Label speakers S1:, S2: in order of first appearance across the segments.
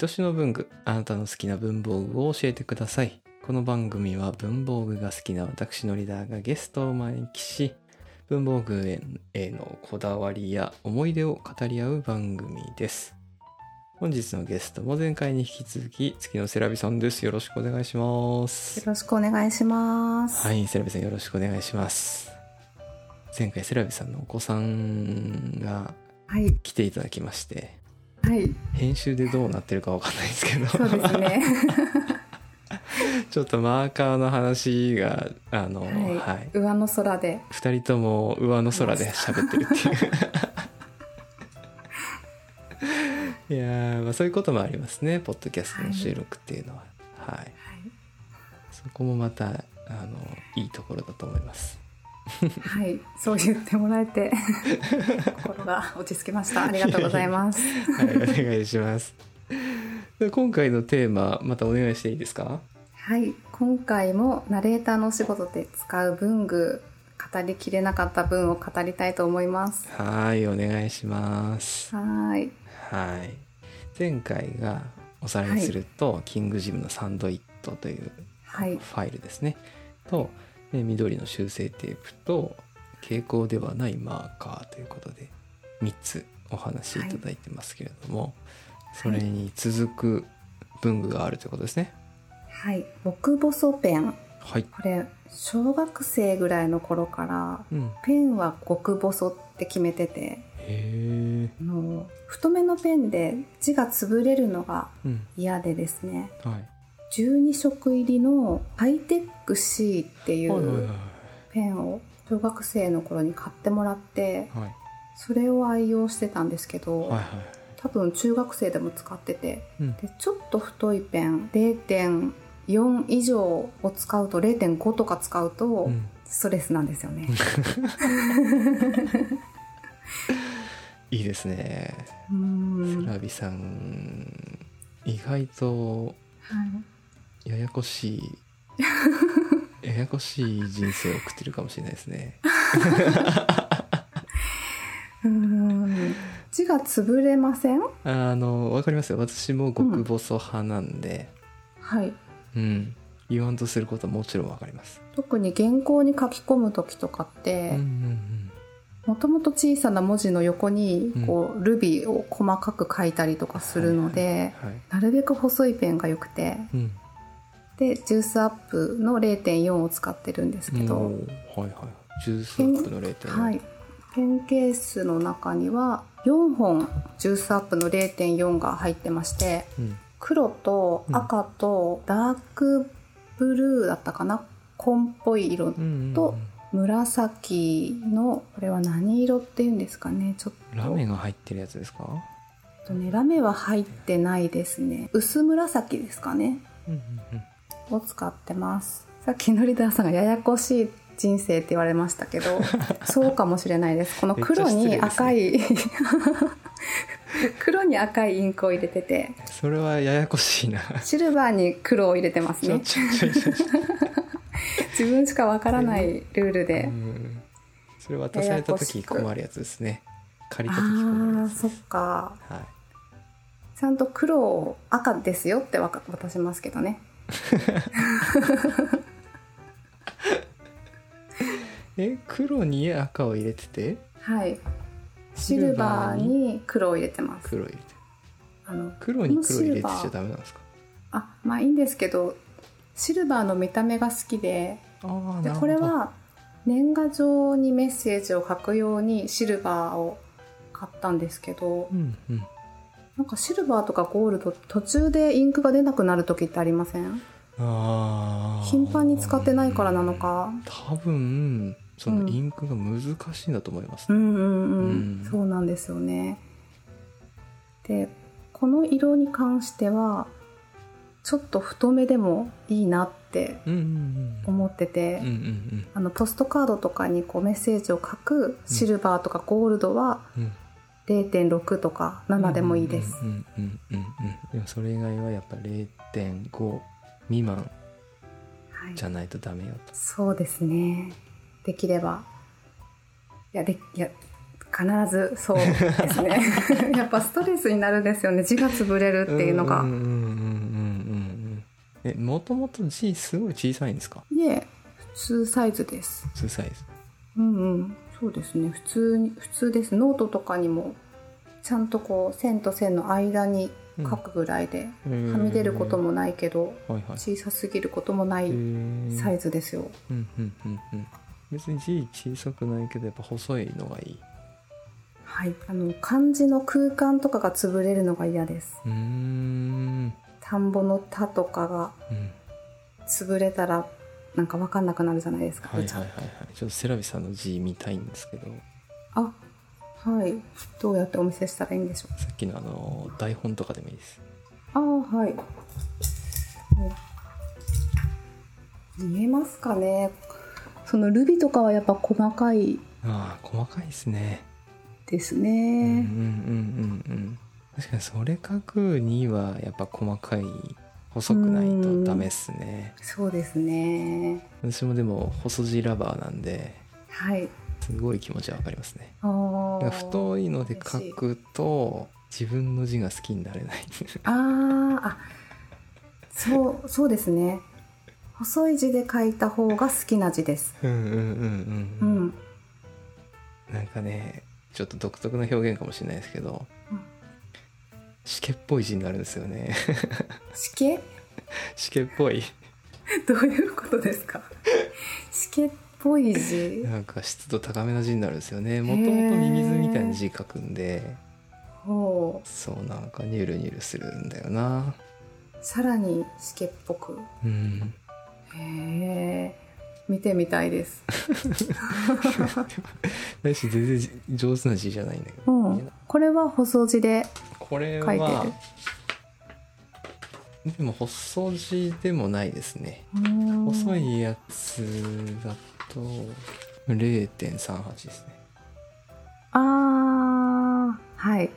S1: 愛しの文具、あなたの好きな文房具を教えてください。この番組は文房具が好きな私のリーダーがゲストをお招きし、文房具へへのこだわりや思い出を語り合う番組です。本日のゲストも前回に引き続き、月のセラビさんです。よろしくお願いしま
S2: よ
S1: す。
S2: ろしくお願いします。
S1: はい、セラビさんよろしくお願いします。前回セラビさんのお子さんが
S2: はい。
S1: 来ていただきまして、
S2: はい。
S1: 編集でどうなってるかわかんないですけど
S2: そうですね。
S1: ちょっとマーカーの話があの、は
S2: はいい。上の空で。
S1: 2人とも上の空で喋ってるっていう いやー、まあ、そういうこともありますねポッドキャストの収録っていうのは、はいそこもまたあのいいところだと思います
S2: はい。はい。そう言ってもらえて、心が落ち着きました。ありがとうございます。
S1: はいお願いしますで今回のテーマまたお願いしていいですか
S2: はい。今回もナレーターのお仕事で使う文具、語りきれなかった分を語りたいと思います。
S1: はいお願いします
S2: はい。
S1: はい前回がおさらいすると、キングジムのサンドイットという
S2: はい。
S1: ファイルですねと、えー緑の修正テープと蛍光ではないマーカーということで3つお話しいただいてますけれども、それに続く文具があるということですね
S2: はい。極細ペン。
S1: はい、
S2: これ、小学生ぐらいの頃から、
S1: うん、
S2: ペンは極細って決めてて、
S1: へえ
S2: あの太めのペンで字が潰れるのが
S1: うん
S2: 嫌でですね
S1: はい
S2: 12色入りのハイテック C ってい
S1: はいはいは
S2: うペンを小学生の頃に買ってもらって
S1: いはい
S2: それを愛用してたんですけど、
S1: はいはい
S2: 多分中学生でも使ってて
S1: うん
S2: でちょっと太いペン0.4以上を使うと0.5とか使う
S1: う
S2: と
S1: ん
S2: ストレスなんですよね、
S1: いいですね
S2: う ーん
S1: ラビさん意外と
S2: はい
S1: ややこし いややこしい人生を送ってるかもしれないですね
S2: うーん字が潰れません
S1: あのわかりますよ私も極細派なんで、
S2: はい
S1: うん言わんとすることはもちろんわかります、
S2: 特に原稿に書き込む時とかっ
S1: うんう
S2: て
S1: ん
S2: もともと小さな文字の横に
S1: うん
S2: こう、ルビーを細かく書いたりとかするので、
S1: うんはい
S2: なるべく細いペンが良くて
S1: うん
S2: でジュースアップの0.4を使ってるんですけ
S1: お
S2: ど、
S1: ーはいはいジュースアップの0点、
S2: はい、ペンケースの中には4本ジュースアップの0.4が入ってまして
S1: うん、
S2: 黒と赤とダークブルーだったかな紺っぽい色
S1: うんうんうん
S2: と紫のこれは何色っていうんですかねちょっと
S1: ラメが入ってるやつですか、
S2: えっとねラメは入ってないですね薄紫ですかね
S1: うん
S2: を使ってますさっきのリーダーさんがややこしい人生って言われました けどそうかもしれないですこの黒
S1: め
S2: に
S1: っちゃ失
S2: 赤い 黒に赤いインクを入れてて
S1: それはややこしいな
S2: シルバーに黒を入れてます
S1: ちょ
S2: ね
S1: ちょちょちょ ちょ
S2: 自分しかわからないルール
S1: う
S2: で
S1: んそれ渡された時困るやつですね借りた時困る
S2: あ
S1: や
S2: あ
S1: つ
S2: そ
S1: で
S2: っ
S1: す
S2: か
S1: はい
S2: ちゃんと黒を赤ですよってわか渡しますけどね
S1: え黒に赤を入れてて
S2: はい。
S1: シ
S2: シ
S1: ル
S2: ル
S1: バ
S2: バ
S1: ー
S2: ー
S1: に
S2: に黒を入れてます。
S1: 黒入れて
S2: あの、
S1: 黒に黒入れてちゃダメなんですか
S2: あ、まあいいんですけど、シルバーの見た目が好きで、
S1: あー
S2: で
S1: なるほど
S2: これは年賀状にメッセージを書くようにシルバーを買ったんですけど
S1: う、んうん
S2: なんかシルバーとかゴールド途中でインクが出なくなる時ってありません？
S1: あー
S2: 頻繁に使ってないからなのか。
S1: 多分その
S2: うん
S1: インクが難しいんだと思います、
S2: うんうんうん、
S1: うん
S2: そうなんですよねでこの色に関してはちょっと太めでもいいなって
S1: うん、うんうん
S2: 思ってて、
S1: うんうん
S2: あのポストカードとかにこうメッセージを書くシルバーとかゴールドは
S1: うん
S2: 0.6とか7でもいいです、
S1: うんうんうんうんうんでもそれ以外はやっぱ0.5未満
S2: はい
S1: じ、ゃないとダメよ
S2: そうですねできればいやでいや必ずそうですね やっぱストレスになるんですよね字が潰れるっていうのが、
S1: うんうんうんうんうんうんえもともと G すごい小さいんですか
S2: いえ普通サイズです
S1: 普通サイズ
S2: うんうんそうですね普通に普通ですノートとかにもちゃんとこう線と線の間に書くぐらいで、は
S1: は
S2: み出ることもないけど
S1: はいはい
S2: 小さすぎることもないサイ
S1: ズ
S2: ズですよ
S1: うんうんうんうん別に G 小さくないけどやっぱ細いのがいい
S2: はいあの漢字の空間とかが潰れるのが嫌です
S1: うーん
S2: 田んぼの「田」とかが
S1: うん
S2: 潰れたらなんか分かんなくなるじゃないですか、
S1: はい
S2: ぶち
S1: はい
S2: ゃ
S1: はいはいちょっとセラビさんの G 見たいんですけど
S2: あはいどうやってお見せしたらいいんでしょ
S1: さっきのあの台本とかでもいいです
S2: うああはい見えますかねそのルビとかはやっぱ細かい
S1: ああ細かいですね
S2: です
S1: うんうん
S2: ね、
S1: うんうんうん確かにそれ書くにはやっぱ細かい細くないとダメっすね
S2: そうですね
S1: 私もでも細字ラバーなんで
S2: はい
S1: すごい気持ちはわかりますね
S2: あ
S1: なん
S2: ー
S1: か太いので書くと自分の字が好きになれない
S2: あーあそうそうですね細い字で書いた方が好きな字です
S1: うんうんうん
S2: う
S1: うん、
S2: ん
S1: なんかねちょっと独特な表現かもしれないですけど、
S2: うん
S1: しけっぽい字になるんですよね
S2: 死刑
S1: しけっぽい
S2: どういうことで すか死刑っぽい字
S1: なんか湿度高めの字になるんですよねもともとミミズみたいな字書くんで
S2: ほう
S1: そうなんかニュルニュルするんだよな
S2: さらに死刑っぽく
S1: うん
S2: へえ見てみたいです
S1: 私全然じ上手な字じゃないんだけど、
S2: うんこれは細字で
S1: これ
S2: 書いて
S1: はでも細字でもないですね
S2: る
S1: 細
S2: い
S1: いやつだと0.38ですね
S2: ああはい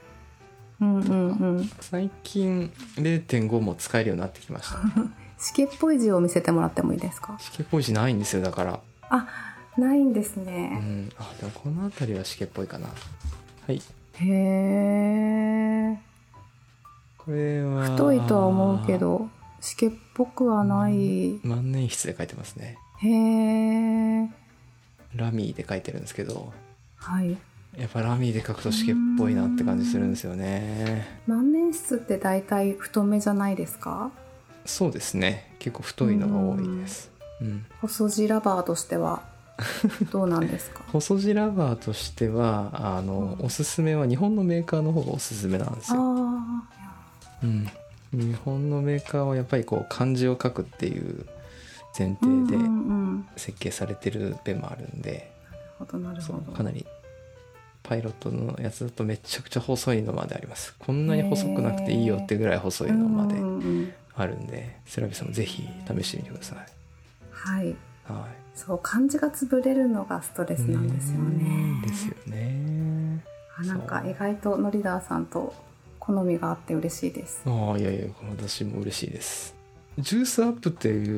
S2: うんうんうん
S1: 最近0.5も使えるようになってきました
S2: 死刑っぽい字を見せてもらってもいいですか
S1: しけっぽい字ないんですよだから
S2: あないんです
S1: う
S2: ね、
S1: んあでもこの辺りはしけっぽいかなはい
S2: へえ
S1: これは
S2: 太いとは思うけど湿気っぽくはない、
S1: 万年筆で書いてますね
S2: へえ
S1: ラミーで書いてるんですけど
S2: はい
S1: やっぱラミーで書くとしけっぽいなって感じするんですよね
S2: 万年筆って大体太めじゃないですか
S1: そうですね結構太いのが多いですうん
S2: 細字ラバーとしてはどうなんですか
S1: 細字ラバーとしてはあの、
S2: うん
S1: おすすめは日本のメーカーの方がおすすめなんです
S2: あ
S1: よ、
S2: あ
S1: うん、日本のメーカーはやっぱりこう漢字を書くっていう前
S2: う
S1: 提
S2: んうんう
S1: で
S2: んなる
S1: 設計されてるペンもあるんで、
S2: ほどなる
S1: そ
S2: ほ
S1: う
S2: ど
S1: かなりパイロットのやつだとめちゃくちゃ細いのまでありますこんなに細くなくていいよってぐらい細いのまで
S2: うんうんうん
S1: あるんでセラビさんもぜひ試してみてください、
S2: はい
S1: は
S2: そう漢字が潰れるのがストレ
S1: い、
S2: スなんですよ
S1: うん
S2: ね
S1: ですよね
S2: あなんか
S1: そう
S2: 意外とノリダーさんと好みがあって嬉しいです
S1: ああいやいや私も嬉しいですジュースアップってい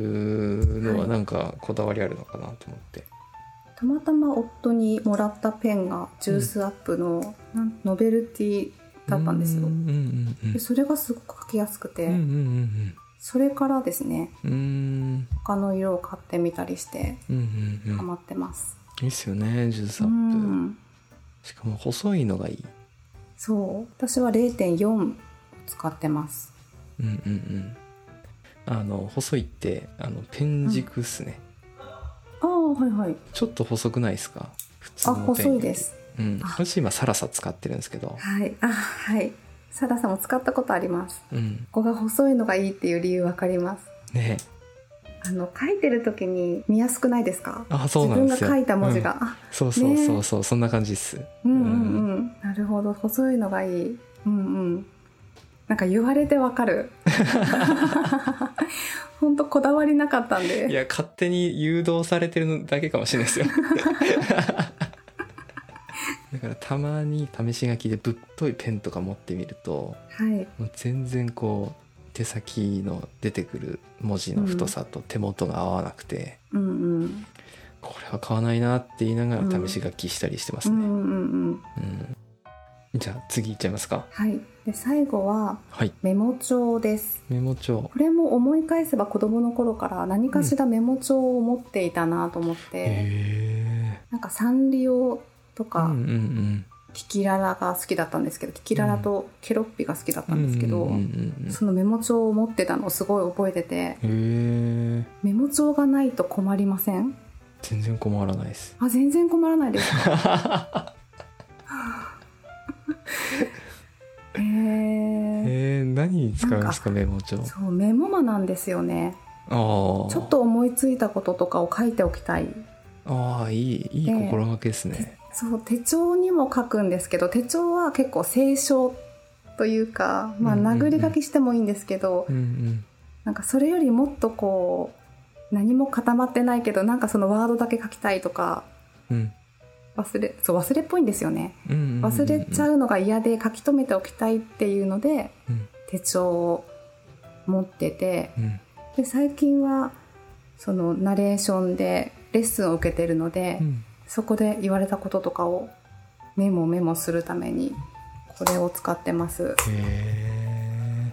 S1: うのはなんかこだわりあるのかなと思って、
S2: たまたま夫にもらったペンがジュースアップの、なんノベルティだったんです
S1: う
S2: よ
S1: んうんうん
S2: でそれがすごく書きやすくて、
S1: うんうんうん
S2: それからですね
S1: うんうん
S2: 他の色を買ってみたりして
S1: うんうんうん
S2: ハマってます、
S1: いいっすよねジュース
S2: う
S1: アップ、
S2: ん、
S1: しかも細いのがいい
S2: そう私は0.4を使ってます
S1: うんうんうんあの細いってあのペン軸っすね、
S2: ああはいはい
S1: ちょっと細くないですか普通
S2: あ
S1: のペン
S2: 細いです
S1: うん
S2: あ
S1: 私今サラサ使ってるんですけど
S2: はいあはいサラさんも使ったことあります
S1: うん
S2: ここが細いのがいいっていう理由わかります
S1: ね
S2: あの書いてる時に見やすくないですか
S1: あそうなんですよ
S2: 自分が書いた文字が、あ
S1: そうそうそうそう、そんな感じっす
S2: うんうんうん、なるほど細いのがいいうんうんなんか言われてわかる ほんとこだわりなかったん
S1: い
S2: で
S1: や勝手に誘導されてるだけかもしれない ですよだからたまに試し書きでぶっといペンとか持ってみると
S2: はい
S1: もう全然こう手先の出てくる文字の太さと手元が合わなくて、
S2: うんうん
S1: これは買わないなって言いながら試し書きしたりしてま
S2: う
S1: す
S2: ん
S1: ね、
S2: うんうん
S1: うんじゃあ次いっちゃいますか
S2: はいで最後は
S1: はい
S2: メモ帳です
S1: メモ帳
S2: これも思い返せば子供の頃から何かしらメモ帳を持っていたなと思って、
S1: へえ
S2: なんかサンリオと
S1: う
S2: か、
S1: んうん
S2: キキララが好きだったんですけどキキララとケロッピが好きだっ
S1: う
S2: た
S1: ん
S2: んですけど、
S1: うんうん
S2: そのメモ帳を持ってたのをすごい覚えてて
S1: うんへえ
S2: メモ帳がないと困りません
S1: 全然困らないです
S2: あ全然困らな いですえー、
S1: えー、何に使うん
S2: な
S1: で
S2: ん
S1: すかメモ帳
S2: そうメモマなんですよね
S1: あー
S2: ちょっと思いついたこととかを書いておきたい
S1: あーいいいい
S2: ええ
S1: 心がけですね、
S2: そう手帳にも書くんですけど手帳は結構清書というか、まあ、
S1: うんうんうん
S2: 殴り書きしてもいいんですけど、
S1: うんうん
S2: なんかそれよりもっとこう何も固まってないけどなんかそのワードだけ書きたいとか
S1: うん
S2: 忘れそう忘れっぽいんですよね
S1: うんうんうん
S2: 忘れちゃうのが嫌で書き留めておきたいっていうので
S1: うん
S2: 手帳を持ってて
S1: うん
S2: で最近はそのナレーションでレッスンを受けてるので、
S1: うん
S2: そこで言われたこととかをメモメモするためにこれを使ってます
S1: へえ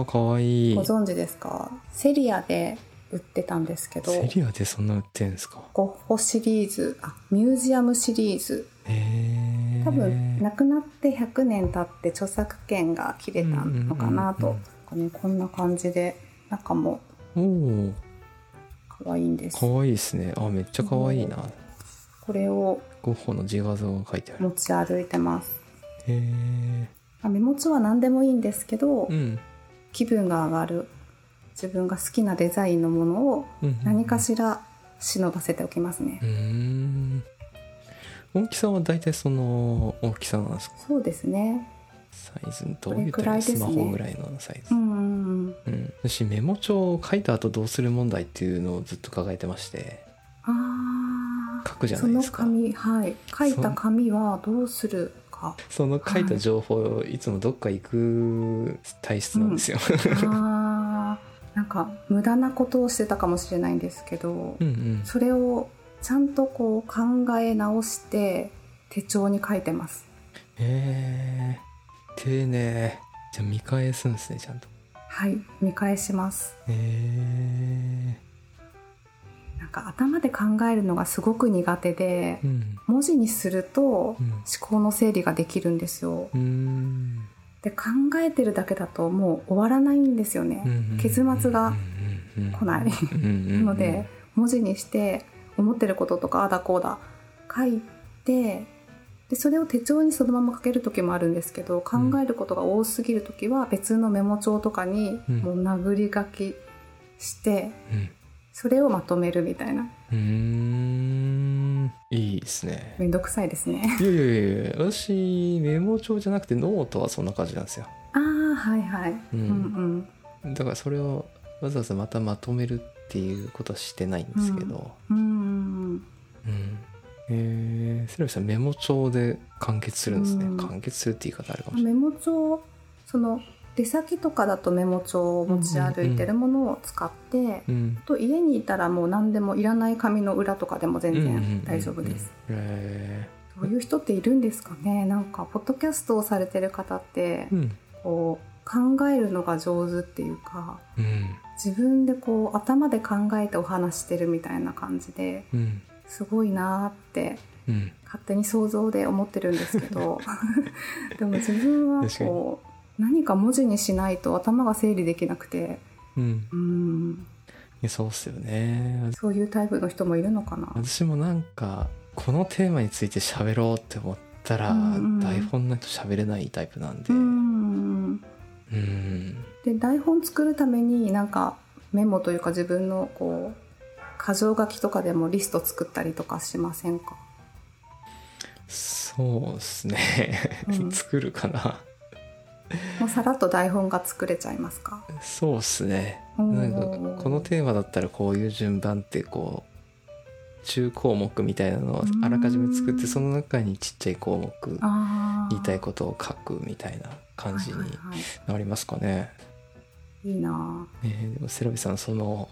S1: あかわいい
S2: ご存知ですかセリアで売ってたんですけど
S1: セリアでそんな売ってんですか
S2: ゴッホシリーズあミュージアムシリーズ
S1: へえ
S2: 多分亡くなって100年経って著作権が切れたのかな
S1: うん
S2: と
S1: うん
S2: なんかねこんな感じで中も
S1: おお
S2: 可愛いんです
S1: か
S2: こ
S1: わいいですねあめっちゃかわいいな
S2: れを
S1: ゴッホの自画像が書いてある
S2: 持ち歩いてます
S1: へえ
S2: あメモ帳は何でもいいんですけど、
S1: うん
S2: 気分が上がる自分が好きなデザインのものを
S1: うん
S2: 何かしら忍ばせておきますね
S1: う、ーん大きさは大体その大きさなんですか
S2: そうですね
S1: サイズどう言った
S2: これく
S1: ら
S2: ら
S1: い
S2: い
S1: い
S2: です
S1: ス
S2: ね
S1: マホぐらいのサイズ
S2: う、んうんうん
S1: うん、私メモ帳を書いた後どうする問題っていうのをずっと抱えてまして
S2: ああ
S1: 書くじゃ
S2: そ
S1: ないで
S2: の
S1: すか
S2: 紙はい書いた紙はどうする か
S1: その書いた情報をいつもどっか行く体質なんですよ、
S2: あーなんか無駄なことをしてたかもしれないんですけど、
S1: うん、うん
S2: それをちゃんとこう考え直して手帳に書いてます
S1: へえ丁寧じゃあ見返すんですねちゃんと
S2: はい見返します
S1: へえ
S2: なんか頭で考えるのがすごく苦手で
S1: うん
S2: 文字にすると思
S1: うん
S2: 考の整理ができるんですよ
S1: うーん
S2: で考えてるだけだともう終わらないんですよ
S1: うん
S2: ね
S1: うん
S2: 結末が来な
S1: うん
S2: い
S1: うんうん
S2: なので文字にして思ってることとかああだこうだ書いてでそれを手帳にそのまま書ける時もあるんですけど考えることが多すぎる時は別のメモ帳とかに
S1: うん
S2: もう殴り書きして
S1: うん
S2: それをまとめるみたいな
S1: うーんいいですね
S2: めんどくさいです ね
S1: いやいやいやいや私メモ帳じゃなくてノートはそんな感じなんですよ
S2: ああはいはい、
S1: うん
S2: うんうん
S1: だからそれをわざわざまたまとめるっていうことはしてないんですけど
S2: うん
S1: うん、えー、セラビさんメモ帳で完結するんですね、
S2: うん
S1: 完結するって言い方あるかもしれない
S2: メモ帳その出先とかだとメモ帳を持ち歩いてるものを使って、
S1: うん
S2: と家にいたらもう何でもいらない紙の裏とかでも全
S1: うんうんうんうん
S2: 然大丈夫です。
S1: え
S2: そういう人っているんですかねなんかポッドキャストをされてる方って
S1: ー、うん
S2: こう考えるのが上手っていうか
S1: うん
S2: 自分でこう頭で考えてお話してるみたいな感じで
S1: うん
S2: すごいなーって
S1: うん
S2: 勝手に想像で思ってるんですけ どでも自分は
S1: 確かに
S2: こう何か文字にしないと頭が整理できなくて
S1: うん
S2: うーん
S1: いやそうっすよね
S2: そういうタイプの人もいるのかな
S1: 私もなんかこのテーマについて喋ろうって思ったら、
S2: うんうん
S1: 台本ないと喋れないタイプなんで
S2: うーん
S1: うん
S2: で台本作るためになんかメモというか自分のこう箇条書きとかでもリスト作ったりとかしませんか
S1: そうですね、
S2: う ん
S1: 作るかな
S2: もうさらっと台本が作れちゃいますか
S1: そうですね
S2: うん
S1: なんかこのテーマだったらこういう順番ってこう中項目みたいなのをあらかじめ作って
S2: うん
S1: その中にちっちゃい項目
S2: あー
S1: 言いたいことを書くみたいな感じ
S2: はいは
S1: に
S2: い,、は
S1: なりますかね。
S2: い、いいな
S1: えーでもセロビさんその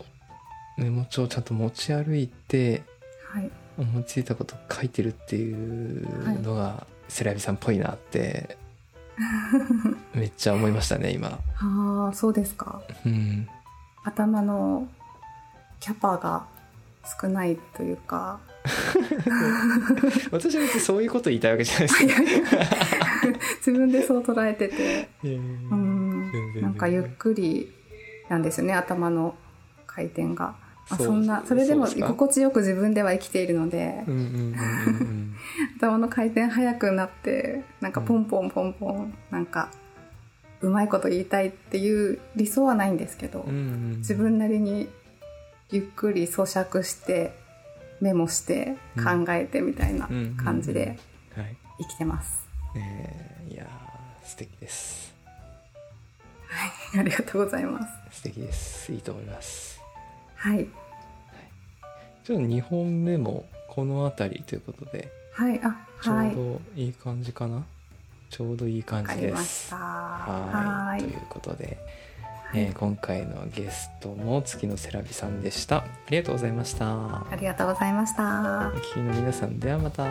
S1: メモ帳をちゃんと持ち歩いて
S2: はい、
S1: 思いついたこと書いてるっていうのがセラビさんっぽいな ってめっちゃ思いましたね今。
S2: ああそうですか
S1: うん、
S2: 頭のキャパが少ないというか
S1: 私は別にそういうこと言いたいわけじゃないですけど。
S2: 自分でそう捉えてて
S1: いやいやいや
S2: うん
S1: 全然
S2: なんかゆっくりなんですよね頭の回転が。あ
S1: そ
S2: そううんなそれでも
S1: そうですか
S2: 心地よく自分では生きているので
S1: うんうんうんうん
S2: 頭の回転速くなってなんかポンポンポンポンなんかうまいこと言いたいっていう理想はないんですけど、
S1: うんうんうん
S2: 自分なりにゆっくり咀嚼してメモして
S1: うん
S2: 考えてみたいな感じで
S1: はい
S2: 生きてます、
S1: えーいやー素敵です
S2: ありがとうございます
S1: 素敵ですいいと思います
S2: はい
S1: ちょっと2本目もこの辺りということで
S2: はいあ
S1: ちょ
S2: は
S1: う
S2: いわ
S1: どいい感じかな、ちょうどいい感
S2: か
S1: じ
S2: り
S1: で
S2: まし
S1: す
S2: た
S1: は
S2: はいい
S1: ということで、えー今回のゲストも月のセラビさんでしたありがとうございました
S2: ありがとうございました
S1: お聞きの皆さんではまた